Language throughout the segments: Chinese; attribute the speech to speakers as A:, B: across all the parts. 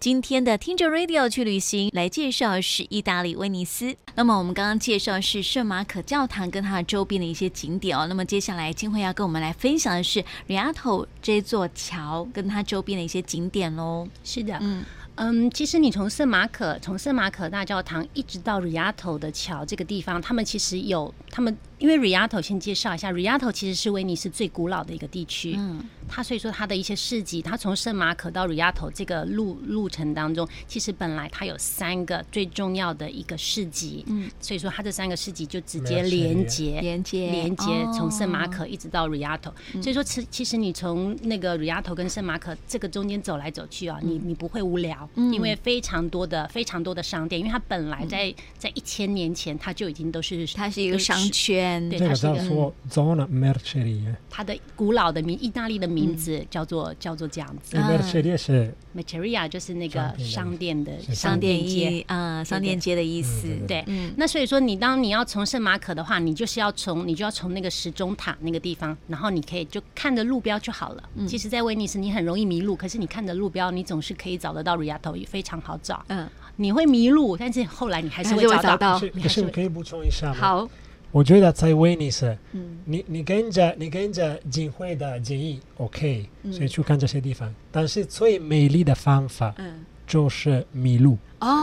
A: 今天的听着 Radio 去旅行来介绍是意大利威尼斯。那么我们刚刚介绍是圣马可教堂跟它周边的一些景点哦。那么接下来金慧要跟我们来分享的是 Rialto 这座桥跟它周边的一些景点喽。
B: 是的，
A: 嗯，
B: 嗯，其实你从圣马可，从圣马可大教堂一直到 Rialto 的桥这个地方，他们其实有他们，因为 Rialto 先介绍一下，Rialto 其实是威尼斯最古老的一个地区，
A: 嗯，
B: 它所以说它的一些市集，它从圣马可到 Rialto 这个路路程当中，其实本来它有三个最重要的一个市集，
A: 嗯，
B: 所以说它这三个市集就直
C: 没有
B: 接
C: 区别
B: 连接
A: 连接
B: 连接
A: 哦
B: 从圣马可一直到 Rialto，、所以
A: 嗯
B: 说其其实你从那个 Rialto 跟圣马可这个中间走来走去啊，
A: 嗯
B: 你你不会无聊，因为非常多的非常多的商店，因为它本来在、在一千年前它就已经都是
A: 嗯它是一个啊
B: 都
A: 商圈，
B: 对
C: 这
B: 它
C: 个
B: 是一
C: 叫
B: 个
C: 做 zona merceria，merceria
B: 它的古老的名意大利的名
A: 嗯
B: 字叫做、叫做这样子、
A: 啊
C: Merceria 是
B: m a t e r i a 就是那个商
C: 商
B: 店的
C: 是
A: 商店
B: 街。
A: 街啊，商店街的意思。
C: 对对
B: 对，
A: 嗯
B: 那所以说你当你要从圣马可的话，你就是要从你就要从那个时钟塔那个地方，然后你可以就看着路标就好了。其实，在威尼斯你很容易迷路，可是你看着路标，你总是可以找得到 Rialto，也非常好找。
A: 嗯，
B: 你会迷路，但是后来你还是会
A: 还是会
B: 找
A: 找
B: 到。
A: 到
C: 是。
B: 你还
C: 可
B: 是
C: 是我
B: 会
C: 可以补充一下吗？，
A: 好，
C: 我觉得在威尼斯，
A: 嗯
C: 你你跟着你跟着景辉的建议，OK，所以
A: 嗯
C: 去看这些地方。但是最美丽的方法
A: 嗯，
C: 就是迷路。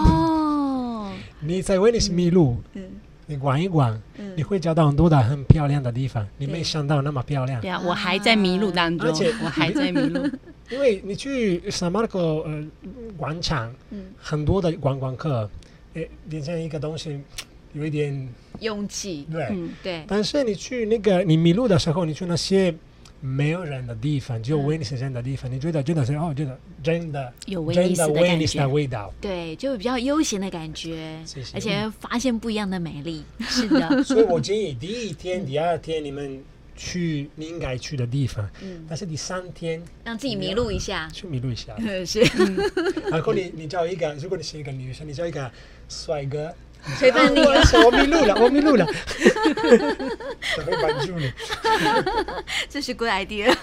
A: 哦，
C: 你在威尼斯迷路，
A: 嗯
C: 你逛一逛，
A: 嗯
C: 你会找到很多的很漂亮的地方，你
A: 对
C: 没想到那么漂亮
B: 对。啊，我还在迷路当中
C: 而且，
B: 我还在迷路。
C: 因为你去圣马可呃广场，
A: 嗯，
C: 很多的观光客，诶，变成一个东西有一点
A: 拥挤，
C: 对。
B: 嗯，
A: 对，
C: 但是你去那个你迷路的时候，你去那些没有人的地方，只有威尼斯人的地方，你觉得真的是哦，真的真的
B: 有威尼
C: 真
B: 斯
C: 的
B: 的
C: 威
B: 感
C: 尼斯的
B: 觉。
C: 味 道。
A: 对，就比较悠闲的感觉
C: 谢，谢
A: 而且发现不一样的美丽。
B: 是的，
C: 所以我建议第一天、第二天你们去你应该去的地方，
A: 嗯，
C: 但是第三天
A: 让自己迷路一下。
C: 去迷路一下。
A: 是
C: 然后你你找一个，如果你是一个女生，你找一个帅哥，
A: 陪伴你，
C: 我是我迷路了，我迷路了，他会帮助你。
A: 这是 good idea。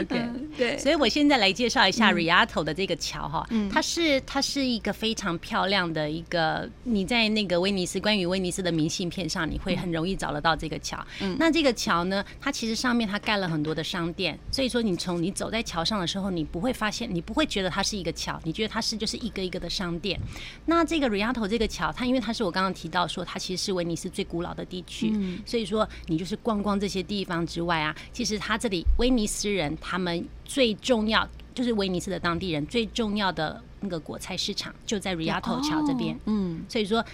B: OK。
A: 对，
B: 所以我现在来介绍一下 Rialto 的这个桥哈，它是它是一个非常漂亮的一个，你在那个威尼斯关于威尼斯的明信片上，你会很容易找得到这个桥。那这个桥呢，它其实上面它盖了很多的商店，所以说你从你走在桥上的时候，你不会发现，你不会觉得它是一个桥，你觉得它是就是一个一个的商店。那这个 Rialto 这个桥，它因为它是我刚刚提到说，它其实是威尼斯最古老的地区，所以说你就是逛逛这些地方之外啊，其实它这里威尼斯人他们最重要就是威尼斯的当地人最重要的那个果菜市场就在 Rialto 桥这边，
A: 哦嗯
B: 所以说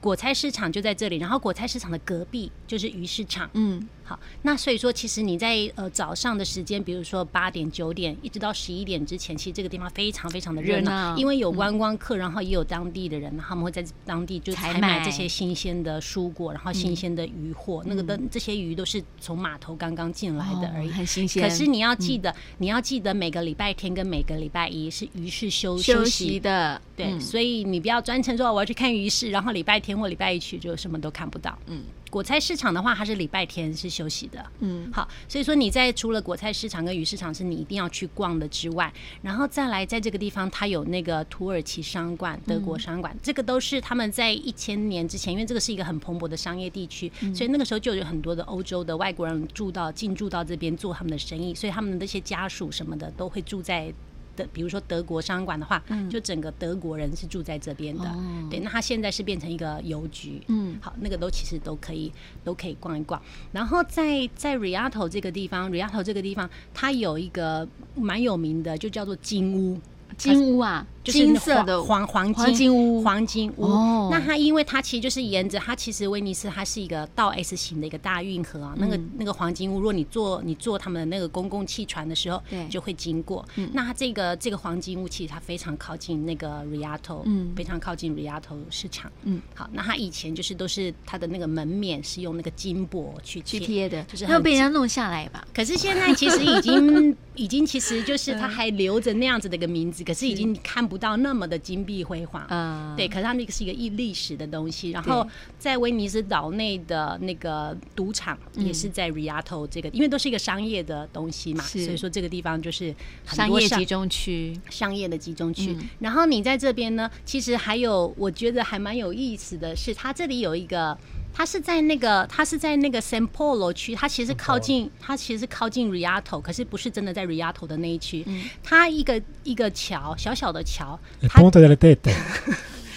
B: 果菜市场就在这里，然后果菜市场的隔壁就是鱼市场，
A: 嗯
B: 好，那所以说，其实你在呃早上的时间，比如说八点、九点，一直到十一点之前，其实这个地方非常非常的热
A: 热
B: 闹，
A: 闹嗯
B: 因为有观光客，然后也有当地的人，他们会在当地就
A: 采
B: 采买
A: 买嗯
B: 这些新鲜的蔬果，然后新鲜的鱼货，那个的这些鱼都是从码头刚刚进来的
A: 哦
B: 而已。
A: 很新鲜。嗯
B: 可是你要记得，你要记得每个礼拜天跟每个礼拜一是鱼市休
A: 休息
B: 息
A: 的，
B: 对，
A: 嗯
B: 所以你不要专程说我要去看鱼市，然后礼拜天或礼拜一去就什么都看不到。
A: 嗯，
B: 果菜市场的话，它是礼拜天是休息的。
A: 嗯，
B: 好，所以说你在除了果菜市场跟鱼市场是你一定要去逛的之外，然后再来在这个地方，它有那个土耳其商馆、德
A: 嗯
B: 国商馆，这个都是他们在一千年之前，因为这个是一个很蓬勃的商业地区，所以那个时候就有很多的欧洲的外国人住到进驻到这边做他们的生意，所以他们的那些家属什么的都会住在的，比如说德国商馆的话，就整个德国人是住在这边的。
A: 嗯哦
B: 对，那它现在是变成一个邮局。
A: 嗯，
B: 好，那个都其实都可以都可以逛一逛。然后在在 Rialto 这个地方，Rialto 这个地方它有一个蛮有名的，就叫做金屋。
A: 金屋啊，
B: 就是
A: 金色的
B: 黄黄
A: 黄金屋
B: 黄金屋。
A: 哦
B: 那它因为它其实就是沿着它，其实威尼斯它是一个倒 S 型的一个大运河
A: 嗯
B: 啊。那个那个黄金屋，如果你坐你坐他们的那个公共汽船的时候
A: 对，嗯
B: 就会经过。那它这个这个黄金屋其实它非常靠近那个 Rialto，
A: 嗯
B: 非常靠近 Rialto 市场。
A: 嗯，
B: 好，那它以前就是都是它的那个门面是用那个金箔去
A: 去
B: 贴。
A: 贴的，
B: 就是
A: 要
B: 很
A: 被人家弄下来吧？
B: 可是
A: 嗯
B: 现在其实已经已经，其实就是它还留着那样子的一个名字，可是已经看不到那么的金碧辉煌。
A: 啊，
B: 对，可是它那个是一个历历史的东西。然后在威尼斯岛内的那个赌场
A: 嗯
B: 也是在 Rialto 这个，因为都是一个商业的东西嘛，所
A: 是
B: 以说这个地方就是很
A: 商
B: 多
A: 业集中区，
B: 商业的集中区。
C: 嗯
B: 然后你在这边呢，其实还有我觉得还蛮有意思的是，它这里有一个，它是在那个它是在那个 San Polo 区，它其实靠近它其实靠近 Rialto，可是不是真的在 Rialto 的那一区。
C: 嗯
B: 它一个一个桥，小小的桥，
C: Il
B: 它
C: ponte delle tette.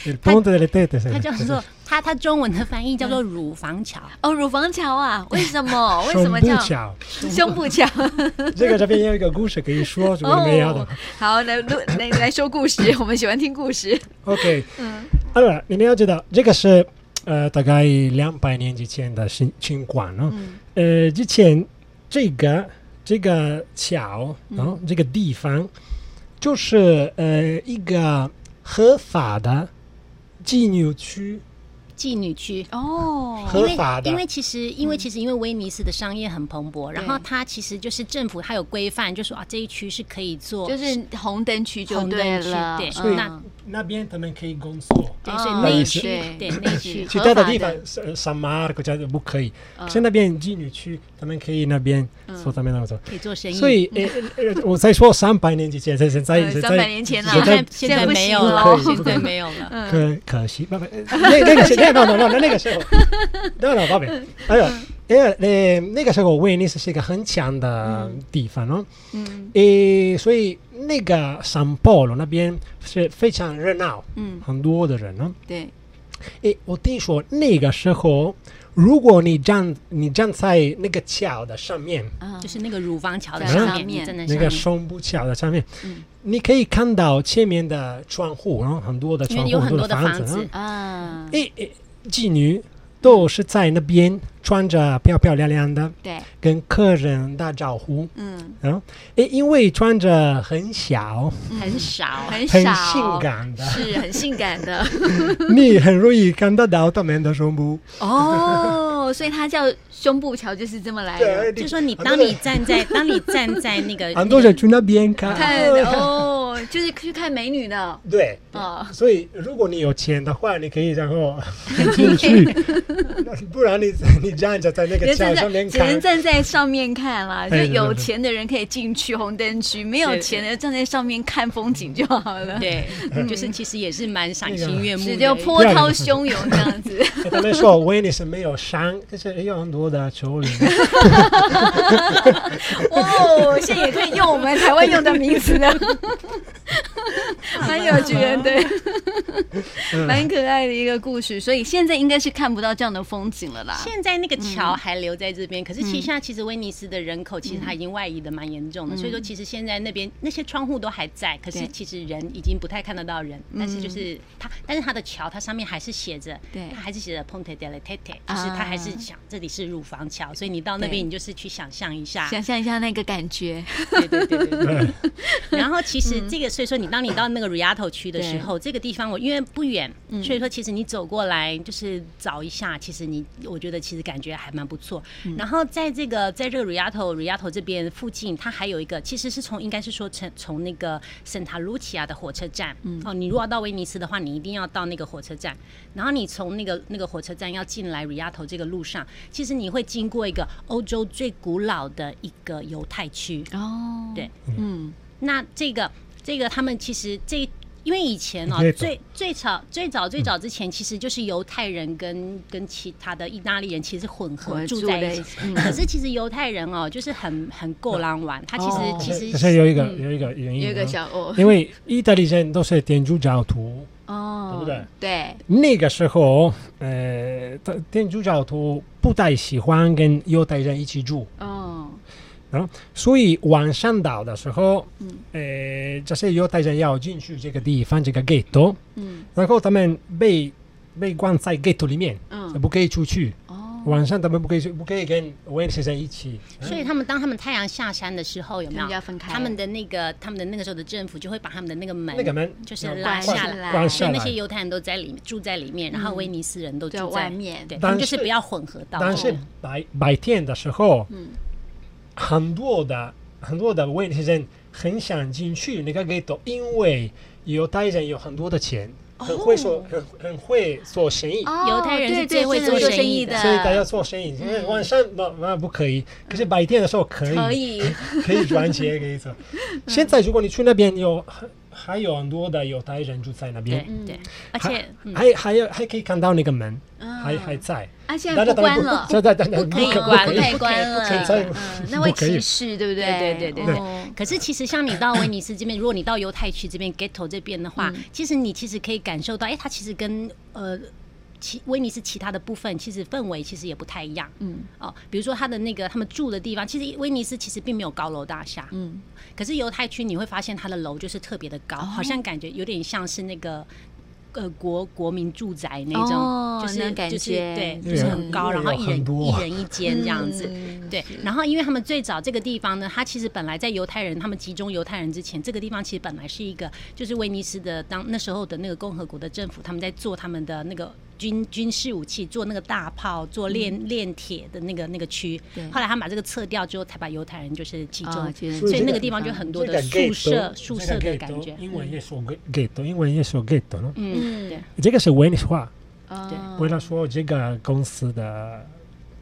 C: Il ponte delle tette.
B: 它
C: sai.
B: 叫 做它它中文的翻译叫
C: 嗯
B: 做乳房桥。
A: 哦，乳房桥 啊，为什么？为什么叫
C: Sombucha.
A: 胸部桥？
C: 这个这边也有一个故事可以 说，怎么没有的
A: 哦，好，来录来来说故 事，我们喜欢听故事。
C: ？OK，Allora,
A: 嗯
C: in realtà, che se eh, tagai l'ampa in dicendo cinquan, no?
A: 嗯
C: 呃，之前这个这个桥，
A: 嗯
C: 然后这个地方，就是呃一个合法的妓女区，
B: 妓女区。
A: 哦，
C: 合
B: 因为
C: 法的嗯
B: 因为其实因为其实因为威尼斯的商业很蓬勃，然后
A: 对
B: 它其实就是政府它有规范，就说啊这一区是可以做，
A: 就是红灯区就
B: 红灯
A: 对
B: 区
A: 了，
B: 对
C: 所以
A: 嗯
C: 那边他们可以工作。
B: 对，所以
A: 哦
B: 内
C: 是
B: 区
A: 对
B: 对内区
A: 是
C: 其他
A: 合
C: 的
A: 法
C: 地
A: 的
C: 方，呃，San Marco 这样就不可以。
A: 嗯
C: 现在变妓女区，他们可以那边做他们那种。
B: 可以做生意。
C: 所以，呃，呃我在说三百年之前，在在在
A: 呃
C: 在
A: 三百年前啦
C: 在
B: 现在
C: 在
B: 现在
A: 不
B: 没
A: 行
B: 有
A: 了
B: 了，
C: 不可 以
B: 现
C: 不可以
B: 在没有了。
C: 可可惜，vabbè, eh, ne- nega- no, no, no, no, nega- no, no, vabbè. Allora, eh, eh, nega- 那个时候威尼斯是一个很强的地方，no?
A: 嗯
C: Eh, 所以那个San Polo那边是非常热闹，
A: 嗯，
C: 很多的人，no?
A: 对，
C: 诶，我听说那个时候，如果你站你站在那个桥的上面，
A: 啊
B: 就是那个乳房桥的
A: 在
B: 上
A: 上
B: 面，
A: 面
B: 你站在
C: 那个
B: 上
C: 双步桥的上面，
A: 嗯
C: 你可以看到前面的窗户，然后很多的
B: 面，因
C: 窗
B: 为
C: 户，
B: 有很多
C: 的
B: 的
C: 房
B: 房子，
A: 啊，
C: 诶诶，妓女都是在那边穿着漂漂亮亮的，
A: 对，
C: 跟客人打招呼。
A: 嗯，
C: 然后，诶，因为穿着很小、
B: 很少。
A: 很
C: 很
A: 少，
C: 性，感的，
A: 是很性感的
C: 你很容易看得到他们的胸部。
A: 哦，所以它叫胸部桥就是这么来的。
B: 哎就说你
C: 啊
B: 当你站在当你站在那个
C: 很多人去那边看。啊
A: 看哦，就是去看美女的
C: 对，
A: 哦，
C: 所以如果你有钱的话，你可以然后进去，不然你你站着在那
A: 只
C: 个桥
A: 能站在
C: 上面
A: 只能
C: 看。哎
A: 站在上面看啦，就
C: 对对对
A: 有钱的人可以进去红灯区，没有
B: 是
A: 钱的站在上面看风景就好了，
B: 对，
C: 嗯
B: 就是其实也是蛮赏心悦目
A: 是
B: 的，
A: 就波涛汹涌这样子。
C: 他们说威尼斯没有山，可是也有很多的丘陵。
A: 哦，现在也可以用我们台湾用的名词 呢，蛮有趣的，对，
C: 嗯
A: 蛮可爱的一个故事。所以现在应该是看不到这样的风景了啦。
B: 现在那个桥
A: 嗯
B: 还留在这边，可是其实现在其实威尼斯的人口其实它已经外移的蛮严重的，所以说其实现在那边那些窗户都还在，可
A: 嗯对嗯
B: 是其实人已经不太看得到人，但是就是它，但是它的桥它上面还是写着，
A: 对
B: 它还是写着 Ponte delle Tette，
A: 啊
B: 就是它还是想这里是乳房桥，所以你到那
A: 对
B: 边你就是去想象一下，
A: 想象一下那个感觉，
B: 对对对对对。然后其实这个，所以说你当你到那个 Rialto 区的时候，这个地方我因为不远，所以说其实你走过来就是找一下，其实你我觉得其实感觉还蛮不错。然后在这个在这个 Rialto Rialto 这边附近，它还有一个其实是从应该是说从从那个 Santa Lucia 的火车站，哦，你如果要到威尼斯的话，你一定要到那个火车站，然后你从那个那个火车站要进来 Rialto 这个路上，其实你会经过一个欧洲最古老的一个犹太区。
A: 哦，
B: 对，
A: 嗯，
B: 那这个这个他们其实这因为以前哦
C: 你可以，走
B: 最最早最早最早之前，其实就是犹太人跟跟其他的意大利人其实混合
A: 合
B: 住
A: 住
B: 在
A: 在一
B: 一
A: 起
B: 起。
A: 嗯
B: 可是其实犹太人哦，就是很很够狼玩，他其实
A: 哦
B: 其实
C: 可是有一个有一个原因，嗯
A: 有一个，小哦，
C: 因为意大利人都是天主教徒，
A: 哦，
C: 嗯对不对？
A: 对，
C: 那个时候，呃，他天主教徒不太喜欢跟犹太人一起住，
A: 哦，
C: 啊所以晚上岛的时候，
B: 嗯
C: 呃，这些犹太人要进去这个地方，这个 ghetto，
A: 嗯
C: 然后他们被被关在 ghetto 里面，
A: 嗯，
C: 不可以出去。
A: 哦，
C: 晚上他们不可以出不可以跟威尼斯人一起。
B: 所以他们当他们太阳下山的时候，有没
A: 他们
B: 有
A: 就要分开
B: 他们的那个他们的那个时候的政府就会把他们的那个门
C: 那个门
B: 就是
C: 要
A: 关
B: 拉下
A: 下
B: 来，
A: 来
C: 关
B: 所
C: 下
B: 以那些
C: 来。
B: 犹太人都在里面住在里面，然后威尼斯人都
A: 嗯在
B: 住
A: 外面
B: 对，他
C: 但
B: 们就是
C: 是
B: 不要混合到。
C: 但是
B: 对
C: 白白天的时候，
A: 嗯
C: 很多的很多的威尼斯人很想进去那个 ghetto，因为犹太人有很多的钱，很会做，
B: 哦
C: 很很会做生意。
A: 哦
B: 犹太人
A: 对
B: 是
A: 对
B: 最会
A: 是
B: 做
A: 做
B: 生意
A: 意
B: 的嗯
C: 所以大家做生意，因为晚上那那不可以，可是白天的时候可以，
B: 可以，嗯
C: 可以赚钱，可以 走。现在如果你去那边有，还还有很多的犹太人住在那
B: 对
C: 边，
B: 对，而且嗯
C: 还还有还可以看到那个门，还还在。
A: 啊，现
C: 大
A: 在
C: 家
A: 不
C: 当
A: 关
C: 然不
A: 了，
C: 现在当然
A: 可以
C: 不
A: 关，
B: 不
C: 可以
B: 可以
A: 以关了，
B: 现
C: 在
A: 嗯，那会
C: 不可以
A: 歧视，对不对？
B: 对对对对对
A: 哦
B: 可是其实像你到威尼斯这边，如果你到犹太区这边 ghetto 这边的话，
A: 嗯
B: 其实你其实可以感受到，哎、它其实跟呃。其威尼斯其他的部分其实氛围其实也不太一样，嗯哦，比如说它的那个他们住的地方，其实威尼斯其实并没有高楼大厦，嗯，可是犹太区你会发现它的楼就是特别的
A: 哦
B: 高，好像感觉有点像是那个呃国国民住宅那种，
A: 哦
B: 就是
A: 那感
B: 就是
A: 觉
B: 对，
C: 因
B: 就
C: 为
B: 是
C: 很
B: 很高，然后
C: 啊因为有
B: 一
C: 很
B: 人
C: 多
B: 一人一间这样子，
A: 嗯
B: 对，然后因为他们最早这个地方呢，它其实本来在犹太人他们集中犹太人之前，这个地方其实本来是一个就是威尼斯的当那时候的那个共和国的政府，他们在做他们的那个。军军事武器做那个大炮，做炼炼铁的那个那个区，后来他们把这个撤掉之后，才把犹太人就是集中
A: 啊，，就是
C: 所
B: 所
C: 以
A: 这
B: 以那
C: 这
B: 个
C: 个
B: 地方就很多
C: 这
B: 的
C: 个
B: 宿
C: ghetto，
B: 舍
C: 这
B: 宿
C: 个
B: 舍的
C: ghetto，
B: 感觉。
C: 英文也说 ghetto，英文也说 ghetto 呢。
B: 嗯，对，
C: 这个是威尼斯话，
B: 嗯
A: 哦
C: 为了说这个公司的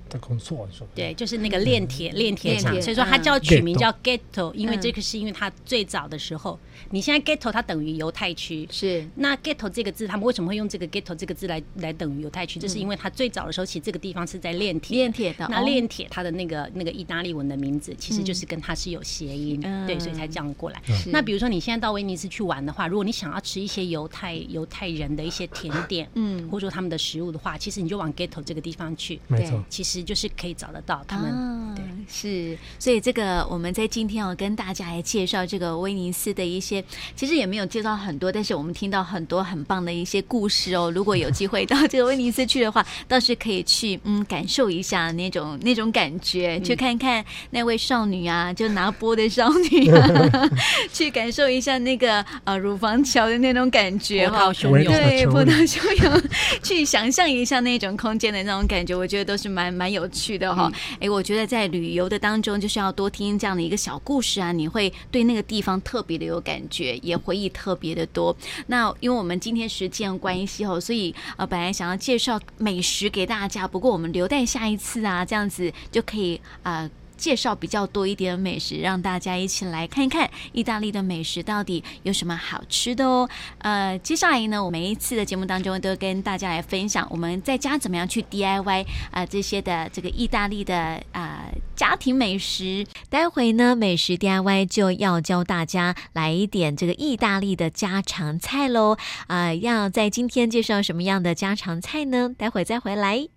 C: 的工作，说
B: 对，就是那个炼铁炼铁
A: 炼
B: 厂，
A: 铁
B: 所以说它
A: 嗯
B: 叫取名叫 ghetto，因为这个是因为它最早的时候，你现在 ghetto 它等于犹太区。
A: 是
B: 那 ghetto 这个字，他们为什么会用这个 ghetto 这个字来来等于犹太区？就是因为它最早的时候，其实这个地方是在炼
A: 嗯
B: 铁。
A: 炼铁的，
B: 那
A: 哦
B: 炼铁它的那个那个意大利文的名字，其实就是跟它是有谐音，
A: 嗯
B: 对，所以才这样过来。
A: 是
B: 那比如说你现在到威尼斯去玩的话，如果你想要吃一些犹太犹太人的一些甜点，嗯，或者说他们的食物的话，其实你就往 ghetto 这个地方去，
C: 没错。
B: 其实就是可以找得到他们。
A: 嗯啊
B: 对，
A: 是，所以这个我们在今天要跟大家来介绍这个威尼斯的一些，其实也没有介绍很多，但是我们听到很多很棒的一些故事哦。如果有机会到这个威尼斯去的话，倒是可以去嗯感受一下那种那种感觉，去看看那位少女啊，就拿波的少女、啊， 去感受一下那个呃乳房桥的那种感觉
B: 波
A: 哈、
B: 涛汹
C: 涌
A: 对，波
C: 波涛
A: 涛
C: 汹
A: 汹涌， 去想象一下那种空间的那种感觉，我觉得都是蛮蛮有趣的哈、哎、我觉得在旅游的当中，就是要多听这样的一个小故事啊，你会对那个地方特别的有感觉，也回忆特别的多。那因为我们今天时间关系哦，所以呃，本来想要介绍美食给大家，不过我们留待下一次啊，这样子就可以呃。介绍比较多一点的美食，让大家一起来看一看意大利的美食到底有什么好吃的哦。呃，接下来呢，我每一次的节目当中都跟大家来分享我们在家怎么样去 DIY 啊、这些的这个意大利的啊、家庭美食。待会呢，美食 DIY 就要教大家来一点这个意大利的家常菜喽。啊、要在今天介绍什么样的家常菜呢？待会再回来。